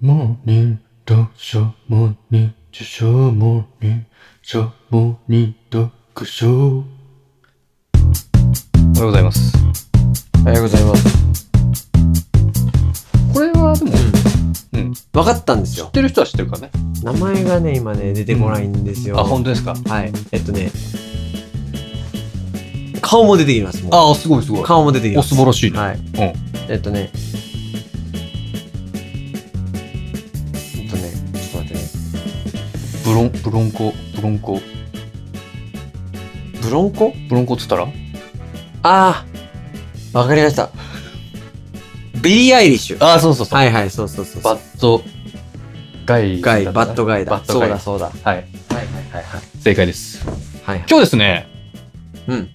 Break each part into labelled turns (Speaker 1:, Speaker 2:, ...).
Speaker 1: モーニングショーモーニングショーモーニングショーモーニングショー
Speaker 2: おはようございます。
Speaker 3: おはようございます。
Speaker 2: これはでも、うん、知
Speaker 3: 分かったんですよ
Speaker 2: っ。てる人は知ってるからね。
Speaker 3: 名前がね、今ね、出てこないんですよ。
Speaker 2: あ、本当ですか。
Speaker 3: はい。えっとね、顔も出てきます。も
Speaker 2: あ、すごいすご
Speaker 3: う
Speaker 2: い。
Speaker 3: 顔も出てき
Speaker 2: お
Speaker 3: ま
Speaker 2: 素
Speaker 3: す。
Speaker 2: 晴らしいね。
Speaker 3: はい。
Speaker 2: うん。
Speaker 3: えっとね、えっとね、ちょっと待ってね。
Speaker 2: ブロン、ブロンコ、ブロンコ、
Speaker 3: ブロンコ
Speaker 2: ブロンコっつったら
Speaker 3: ああ、わかりました。ビリー・アイリッシュ。
Speaker 2: あ、そうそう
Speaker 3: はいはい、そうそうそうそう。
Speaker 2: バッドガイだ
Speaker 3: ガ
Speaker 2: っ
Speaker 3: イ、
Speaker 2: たかな。
Speaker 3: バッドガイだ。
Speaker 2: バッドガイ。
Speaker 3: そう
Speaker 2: は
Speaker 3: だ、そう
Speaker 2: い。
Speaker 3: だ。はいはいはいはい。
Speaker 2: 正解です。
Speaker 3: はいはい。
Speaker 2: 今日ですね、
Speaker 3: うん。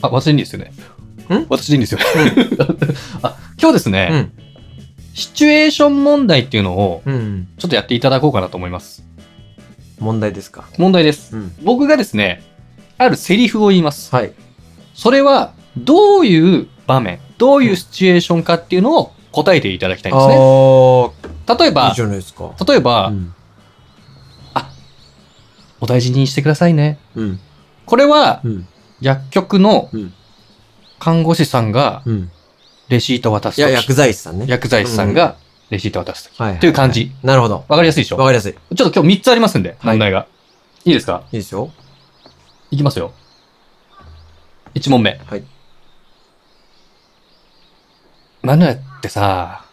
Speaker 2: あ、私にですよね。
Speaker 3: ん
Speaker 2: 私にですよね。 あ、今日ですね、
Speaker 3: うん
Speaker 2: シチュエーション問題っていうのを、
Speaker 3: うん。
Speaker 2: ちょっとやっていただこうかなと思います。
Speaker 3: 問題ですか。
Speaker 2: 問題です。
Speaker 3: うん。
Speaker 2: 僕がですね、あるセリフを言います。
Speaker 3: はい。
Speaker 2: それは、どういう場面、どういうシチュエーションかっていうのを答えていただきたいんですね。
Speaker 3: あ
Speaker 2: 例え
Speaker 3: あ、いい
Speaker 2: ば
Speaker 3: じ、ゃないですか。
Speaker 2: 例えば、
Speaker 3: うん
Speaker 2: お大事にしてくださいね。
Speaker 3: うん。
Speaker 2: これは、
Speaker 3: うん。
Speaker 2: 薬局の
Speaker 3: うん
Speaker 2: 看護師さんが
Speaker 3: うん。
Speaker 2: レシート渡す
Speaker 3: い
Speaker 2: とき
Speaker 3: や、薬剤師さんね。
Speaker 2: 薬剤師さんがレシート渡すとき。
Speaker 3: はい。
Speaker 2: という感じ。
Speaker 3: なるほど。
Speaker 2: わかりやすいでしょ
Speaker 3: わかりやすい。い
Speaker 2: ちょっと今日3つありますんで、
Speaker 3: はい
Speaker 2: 問題が。いいですか
Speaker 3: いですよ。
Speaker 2: いきますよ。1問目。
Speaker 3: はい。
Speaker 2: マヌエってさ、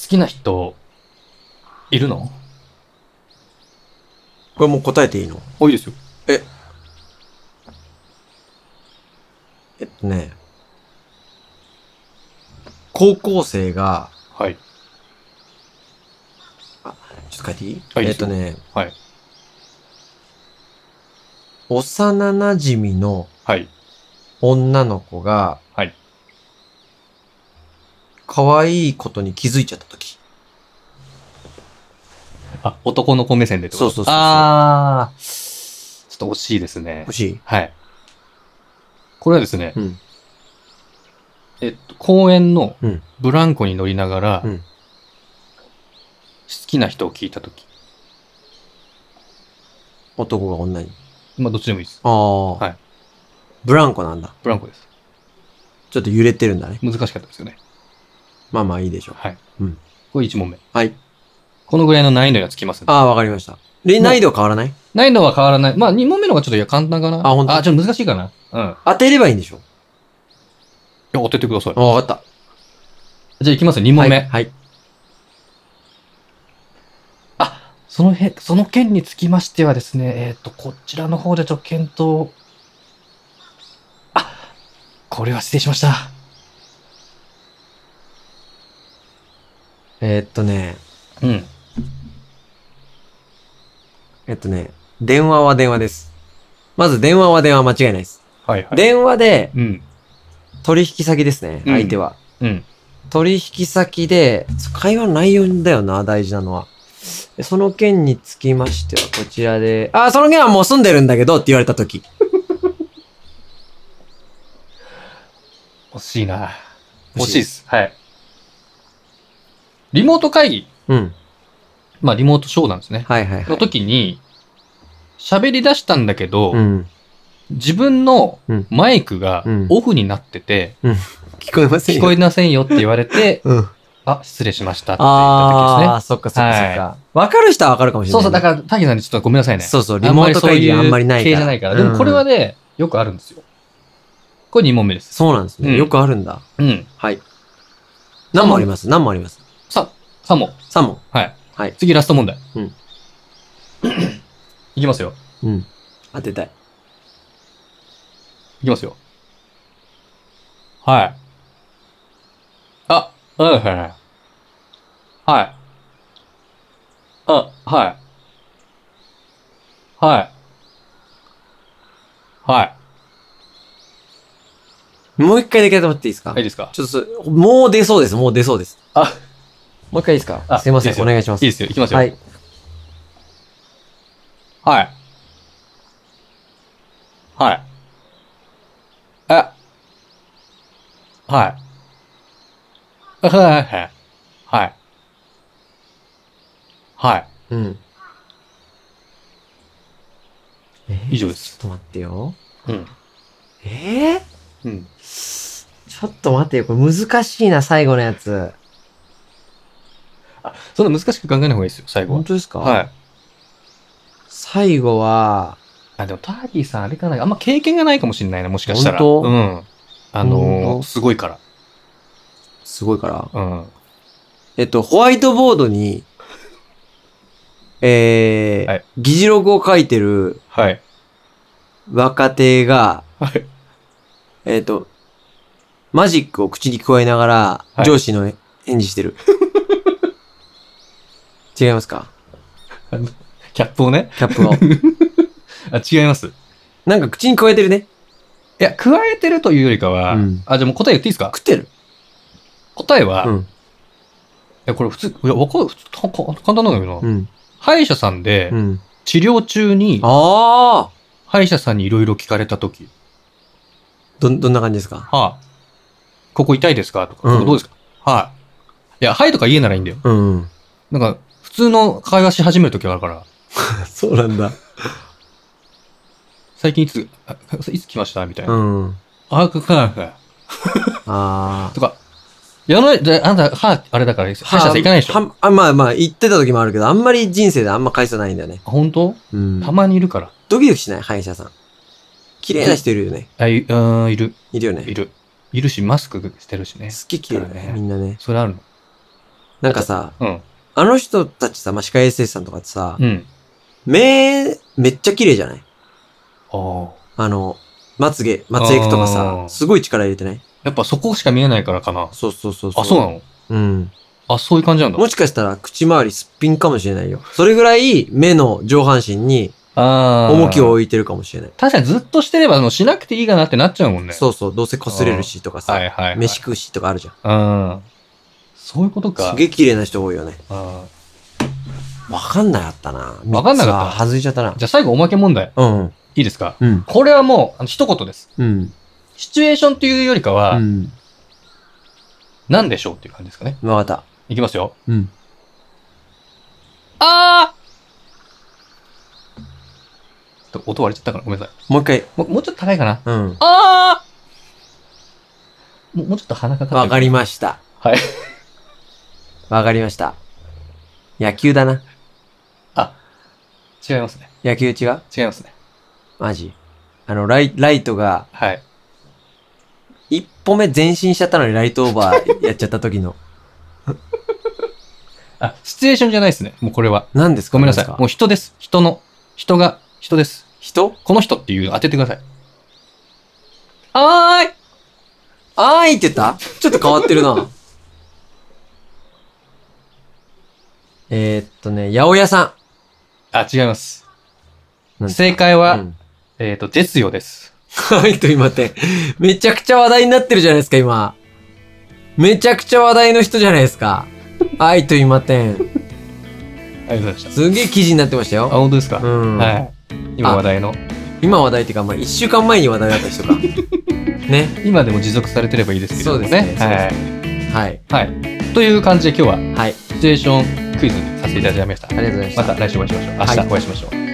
Speaker 2: 好きな人、いるの
Speaker 3: これもう答えていいの
Speaker 2: 多いですよ。
Speaker 3: えっとね。高校生が、
Speaker 2: はい。
Speaker 3: ちょっと書いていい
Speaker 2: はいいいで
Speaker 3: えっ
Speaker 2: す
Speaker 3: と
Speaker 2: よ
Speaker 3: ね。
Speaker 2: はい。
Speaker 3: 幼馴染の
Speaker 2: はい。
Speaker 3: 女の子が、
Speaker 2: はい。
Speaker 3: 可愛いことに気づいちゃったとき。
Speaker 2: あ、男の子目線でってこと
Speaker 3: そうそうそうそう
Speaker 2: あー、ちょっと惜しいですね
Speaker 3: 欲。しい
Speaker 2: はい。これはですね、
Speaker 3: うん。
Speaker 2: えっと、公園の
Speaker 3: うん
Speaker 2: ブランコに乗りながら、
Speaker 3: うん
Speaker 2: 好きな人を聞いたとき、
Speaker 3: 男が女に。
Speaker 2: まあどっちでもいいです。
Speaker 3: ああ。
Speaker 2: はい。
Speaker 3: ブランコなんだ。
Speaker 2: ブランコです。
Speaker 3: ちょっと揺れてるんだね。
Speaker 2: 難しかったですよね。
Speaker 3: まあまあいいでしょう。
Speaker 2: はい。
Speaker 3: うん
Speaker 2: これ1問目。
Speaker 3: はい。
Speaker 2: このぐらいの難易度がつきますんで。
Speaker 3: ああ、わかりました。で、難易度は変わらない
Speaker 2: 難易度は変わらない。まあ2問目の方がちょっといや簡単かな。
Speaker 3: あ本当
Speaker 2: あ、ちょっと難しいかな。うん。いや、
Speaker 3: 当てればいいんでしょ
Speaker 2: 当ててください。
Speaker 3: あ、わかっ
Speaker 2: じゃあいきますよ、2
Speaker 3: た。
Speaker 2: 問目。
Speaker 3: はい。はい。
Speaker 2: そのへ、その件につきましてはですね、えっ、と、こちらの方でちょっと検討。あ、これは失礼しました。
Speaker 3: えーっとね、
Speaker 2: うん。
Speaker 3: えっとね、電話は電話です。まず電話は電話間違いないです。
Speaker 2: はいはい。
Speaker 3: 電話で
Speaker 2: うん。
Speaker 3: 取引先ですね、
Speaker 2: うん
Speaker 3: 相手は。
Speaker 2: うん。
Speaker 3: 取引先で、会話の内容だよな、大事なのは。でその件につきましては、こちらで、あー、その件はもう住んでるんだけどって言われた時。
Speaker 2: 惜しいな。惜
Speaker 3: 惜
Speaker 2: し
Speaker 3: し
Speaker 2: い
Speaker 3: い
Speaker 2: です。はい。リモート会議、
Speaker 3: うん。
Speaker 2: まあリモートショーなんですね。
Speaker 3: はいはいは
Speaker 2: の
Speaker 3: い。
Speaker 2: 時に、喋り出したんだけど、
Speaker 3: うん。
Speaker 2: 自分の
Speaker 3: うん
Speaker 2: マイクが
Speaker 3: うん
Speaker 2: オフになってて、
Speaker 3: 聞こえません
Speaker 2: 聞
Speaker 3: よ。、
Speaker 2: こえませんよって言われて
Speaker 3: うん。
Speaker 2: あ、失礼しましたって言った時ですね
Speaker 3: あ。あ、そっかそっかそっか。わかる人はわかるかもしれな
Speaker 2: そ
Speaker 3: いう
Speaker 2: そ
Speaker 3: ね。
Speaker 2: う、だから、タキさんにちょっとごめんなさいね。
Speaker 3: そうそう、リモート会議あんまりない
Speaker 2: 系
Speaker 3: か
Speaker 2: じ
Speaker 3: ら。
Speaker 2: ゃないから。でもこれは
Speaker 3: ね、
Speaker 2: ね、よくあるんですよ。これ2問目です。
Speaker 3: そうなんです
Speaker 2: うん
Speaker 3: ね。よくあるんだ。
Speaker 2: うん。
Speaker 3: はい。何もあります何もあります
Speaker 2: さ、3問。
Speaker 3: ?3 問。
Speaker 2: はい。
Speaker 3: はい。
Speaker 2: 次、ラスト問題。
Speaker 3: うん。
Speaker 2: いきますよ。
Speaker 3: うん。当てたい。
Speaker 2: いきますよ。はい。あ、うん、はい。はい。あ、はい。はい。は
Speaker 3: もう一回だけやってもらっていいですか
Speaker 2: い。いいですか
Speaker 3: ちょっとそ、もう出そうです。もう出そうです。
Speaker 2: あ、
Speaker 3: もう一回いいです
Speaker 2: あ
Speaker 3: かすいませ
Speaker 2: いいですよ
Speaker 3: ん。お願いしま
Speaker 2: い
Speaker 3: す。
Speaker 2: いですよ。いきますよ。
Speaker 3: はい。
Speaker 2: はい。はい。え。はい。はいはい。はい。はい。
Speaker 3: うん。えー
Speaker 2: 以上で
Speaker 3: ちょ
Speaker 2: す。
Speaker 3: っと待ってよ。
Speaker 2: うん。
Speaker 3: えー、
Speaker 2: うん。
Speaker 3: ちょっと待ってよ。これ難しいな、最後のやつ。
Speaker 2: そんな難しく考えない方がいいですよ、最後
Speaker 3: 本
Speaker 2: は。
Speaker 3: 当ですか。
Speaker 2: はいい。
Speaker 3: 最後は、
Speaker 2: あ、でも、ターキーさん、あれかな。あんま経験がないかもしれないな、もしかしたら。
Speaker 3: 本当
Speaker 2: うん。あ
Speaker 3: 本
Speaker 2: のー
Speaker 3: 当
Speaker 2: すごいか
Speaker 3: すごいから。
Speaker 2: ら。うん。
Speaker 3: えっと、ホワイトボードに、えー、
Speaker 2: はい
Speaker 3: 議事録を書いてる
Speaker 2: はい。
Speaker 3: 若手が、
Speaker 2: はい。
Speaker 3: えっと、マジックを口に加えながら、
Speaker 2: はい
Speaker 3: 上司の返事してる。 違いますか
Speaker 2: キャップをね。
Speaker 3: キャ ップを。
Speaker 2: あ、違います。い
Speaker 3: なんか口に加えてるね。
Speaker 2: や、加えてるというよりかは、
Speaker 3: うん
Speaker 2: あ、じゃあもう答え言っていいですか
Speaker 3: 食ってる。
Speaker 2: 答えは、
Speaker 3: う
Speaker 2: い
Speaker 3: ん。
Speaker 2: や、これ普通、いや、わかる、普通、か簡単なんだけどな、
Speaker 3: うん。
Speaker 2: 歯医者さんで
Speaker 3: う、ん。
Speaker 2: 治療中に、
Speaker 3: ああ
Speaker 2: 歯医者さんにいろいろ聞かれたとき、
Speaker 3: ど、どんな感じですか
Speaker 2: はあ、ここ痛いですかとか、
Speaker 3: うん
Speaker 2: ここどうですかはい、いや、はいとか言えならいいんだよ。
Speaker 3: うん。
Speaker 2: なんか、普通の会話し始めるときがあるから、
Speaker 3: そうなんだ。
Speaker 2: 最近いつ、あいつ来ましたみたいうな。
Speaker 3: ん。
Speaker 2: あ、か、か、か。
Speaker 3: ああ。
Speaker 2: とか、やらない、であなた、歯、あれだから、歯医者さん行かないでしょ。
Speaker 3: はあまあまあ、言ってた時もあるけど、あんまり人生であんま回数ないんだよね。
Speaker 2: あ本当
Speaker 3: うん。
Speaker 2: たまにいるから。
Speaker 3: ドキドキしない歯医者さん。綺麗な人いるよね。
Speaker 2: あ、い、うーん、いる、
Speaker 3: いるよ
Speaker 2: い
Speaker 3: ね。
Speaker 2: る。いるし、マスクしてるしね。
Speaker 3: すっげえ綺麗だ
Speaker 2: そ
Speaker 3: よ
Speaker 2: うだ
Speaker 3: ね
Speaker 2: ね。
Speaker 3: みんなね。
Speaker 2: それあるの。
Speaker 3: なんかさ、
Speaker 2: うん。
Speaker 3: あの人たちさ、まあ、歯科衛生士さんとかってさ、
Speaker 2: うん。
Speaker 3: 目、めっちゃ綺麗じゃない
Speaker 2: ああ。
Speaker 3: あの、まつげ、まつエクとか
Speaker 2: あ
Speaker 3: さ
Speaker 2: ー、
Speaker 3: すごい力入れてない
Speaker 2: やっぱそこしか見えないからかな。
Speaker 3: そうそうそう
Speaker 2: あ、そうな
Speaker 3: の
Speaker 2: の
Speaker 3: うん。
Speaker 2: あ、そういう感じなんだ。
Speaker 3: もしかしたら口周りすっぴんかもしれないよ。それぐらい目の上半身に
Speaker 2: ああ。
Speaker 3: 重きを置いてるかもしれない。
Speaker 2: 確かにずっとしてれば、あのしなくていいかなってなっちゃうもんね。
Speaker 3: そうそう、どうせ擦れるしとか
Speaker 2: はい
Speaker 3: さ、
Speaker 2: はい、はい。
Speaker 3: 飯食うしとかあるじゃ
Speaker 2: う
Speaker 3: ん。
Speaker 2: ん。そういうことか。
Speaker 3: すげえ綺麗な人多いよね。
Speaker 2: あ
Speaker 3: わかんなかったな。
Speaker 2: わかんなかった
Speaker 3: 三つは外れちゃったな
Speaker 2: ー。じゃあ最後、おまけ問題。
Speaker 3: うん。
Speaker 2: いいですか
Speaker 3: うん。
Speaker 2: これはもう、あの一言です。
Speaker 3: うん。
Speaker 2: シチュエーションというよりか
Speaker 3: う
Speaker 2: は、
Speaker 3: ん。
Speaker 2: 何でしょうっていう感じですかね。
Speaker 3: わかった。
Speaker 2: いきますよ。
Speaker 3: うん。
Speaker 2: あーと音割れちゃったから、ごめんなさい。
Speaker 3: もう一回。
Speaker 2: もうもうちょっと高いかな。
Speaker 3: うん。
Speaker 2: あーもうもうちょっと鼻かかって
Speaker 3: わ
Speaker 2: る
Speaker 3: かりました。
Speaker 2: はい。
Speaker 3: わかりました。野球だな。
Speaker 2: 違いますね。
Speaker 3: 野球違う
Speaker 2: 違いますね。
Speaker 3: マジ。あの、ライ、ライトが、
Speaker 2: はい。
Speaker 3: 一歩目前進しちゃったのにライトオーバーやっちゃった時の。
Speaker 2: あ、シチュエーションじゃないですね。もうこれは。
Speaker 3: 何です
Speaker 2: ご
Speaker 3: か
Speaker 2: めんなさい。
Speaker 3: 何
Speaker 2: も
Speaker 3: ですか
Speaker 2: う人です。人の。人が、人です。
Speaker 3: 人
Speaker 2: この人っていうの当ててください。はーい。
Speaker 3: あーいって言ったちょっと変わって るな。えーっとね、八百屋さ
Speaker 2: あ、違います。
Speaker 3: ん。
Speaker 2: 正解は、
Speaker 3: うん
Speaker 2: えっ、と、ですよです。
Speaker 3: はい、と今って。めちゃくちゃ話題になってるじゃないですか、今。めちゃくちゃ話題の人じゃないですか。はい、と今てん。
Speaker 2: ありがとうございました。
Speaker 3: すげえ記事になってました
Speaker 2: あ、
Speaker 3: よ。
Speaker 2: 本当ですか、
Speaker 3: うん。
Speaker 2: はい。今話題の。
Speaker 3: 今話題っていうか、まあ、一週間前に話題だった人か。ね。
Speaker 2: 今でも持続されてればいいですけれどもね。
Speaker 3: そうですねは
Speaker 2: は
Speaker 3: い。
Speaker 2: い。はい。という感じで今日は、
Speaker 3: はい。
Speaker 2: シチュエーションクイズにさせていただきました。
Speaker 3: ありがとうございました
Speaker 2: ま。た来週お会いしましょう。明日お会いしましょう。